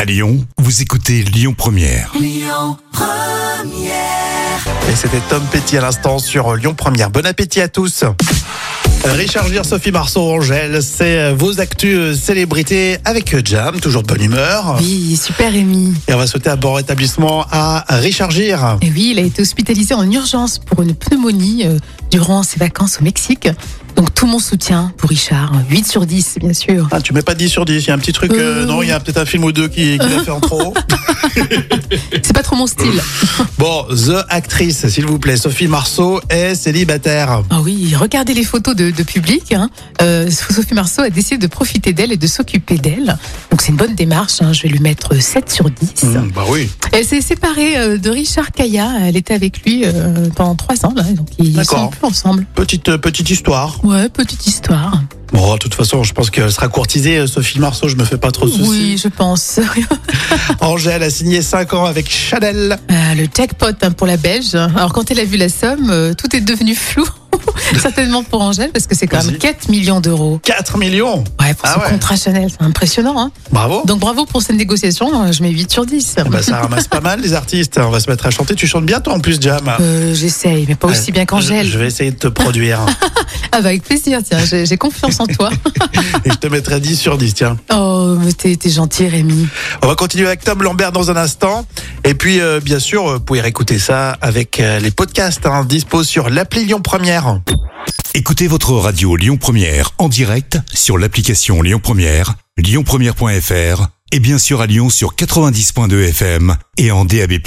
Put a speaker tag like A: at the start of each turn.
A: À Lyon, vous écoutez Lyon Première.
B: Et c'était Tom Petit à l'instant sur Lyon Première. Bon appétit à tous. Richard Gere, Sophie Marceau, Angèle, c'est vos actus euh, célébrités avec euh, Jam, toujours de bonne humeur.
C: Oui, super Rémi.
B: Et on va souhaiter un bon rétablissement à Richard Gere.
C: Et oui, il a été hospitalisé en urgence pour une pneumonie euh, durant ses vacances au Mexique. Donc tout mon soutien pour Richard, 8 sur 10 bien sûr.
B: Ah, tu mets pas 10 sur 10, il y a un petit truc, euh,
C: Euh.
B: non, il y a peut-être un film ou deux qui, qui l'a fait en trop.
C: C'est pas trop mon style.
B: Euh. Bon, The Actrice, s'il vous plaît, Sophie Marceau est célibataire.
C: Ah oui, regardez les photos de, de public. hein. Euh, Sophie Marceau a décidé de profiter d'elle et de s'occuper d'elle. Donc c'est une bonne démarche, hein. je vais lui mettre 7 sur 10.
B: Mmh, bah oui.
C: Elle s'est séparée euh, de Richard Kaya, elle était avec lui euh, pendant 3 ans, là, donc ils
B: D'accord.
C: sont plus ensemble.
B: Petite, euh, petite histoire.
C: Ouais, petite histoire.
B: Bon, de toute façon, je pense qu'elle sera courtisée, euh, Sophie Marceau, je me fais pas trop de soucis.
C: Oui, je pense.
B: Angèle a signé 5 ans avec Chanel.
C: Ah, le jackpot hein, pour la Belge. Alors quand elle a vu la somme, euh, tout est devenu flou. Certainement pour Angèle, parce que c'est quand
B: Vas-y.
C: même 4 millions d'euros.
B: 4 millions
C: Ouais, pour
B: Ah
C: ce
B: ouais.
C: contrat Chanel, c'est impressionnant. hein.
B: Bravo
C: Donc bravo pour cette négociation, euh, je mets 8 sur 10.
B: Ah bah, Ça ramasse pas mal les artistes. On va se mettre à chanter. Tu chantes bien toi en plus, Jam
C: Euh, J'essaye, mais pas aussi bien
B: Je, je
C: qu'Angèle.
B: vais essayer de te produire.
C: Ah bah avec plaisir, tiens, j'ai j'ai confiance en toi.
B: Et je te mettrai 10 sur 10, tiens.
C: Oh, mais t'es t'es gentil Rémi.
B: On va continuer avec Tom Lambert dans un instant. Et puis, euh, bien sûr, euh, vous pouvez réécouter ça avec euh, les podcasts. Hein, dispo sur l'appli Lyon Première.
A: Écoutez votre radio Lyon Première en direct sur l'application Lyon Première, lyonpremière.fr et bien sûr à Lyon sur 90.2 FM et en DAB+.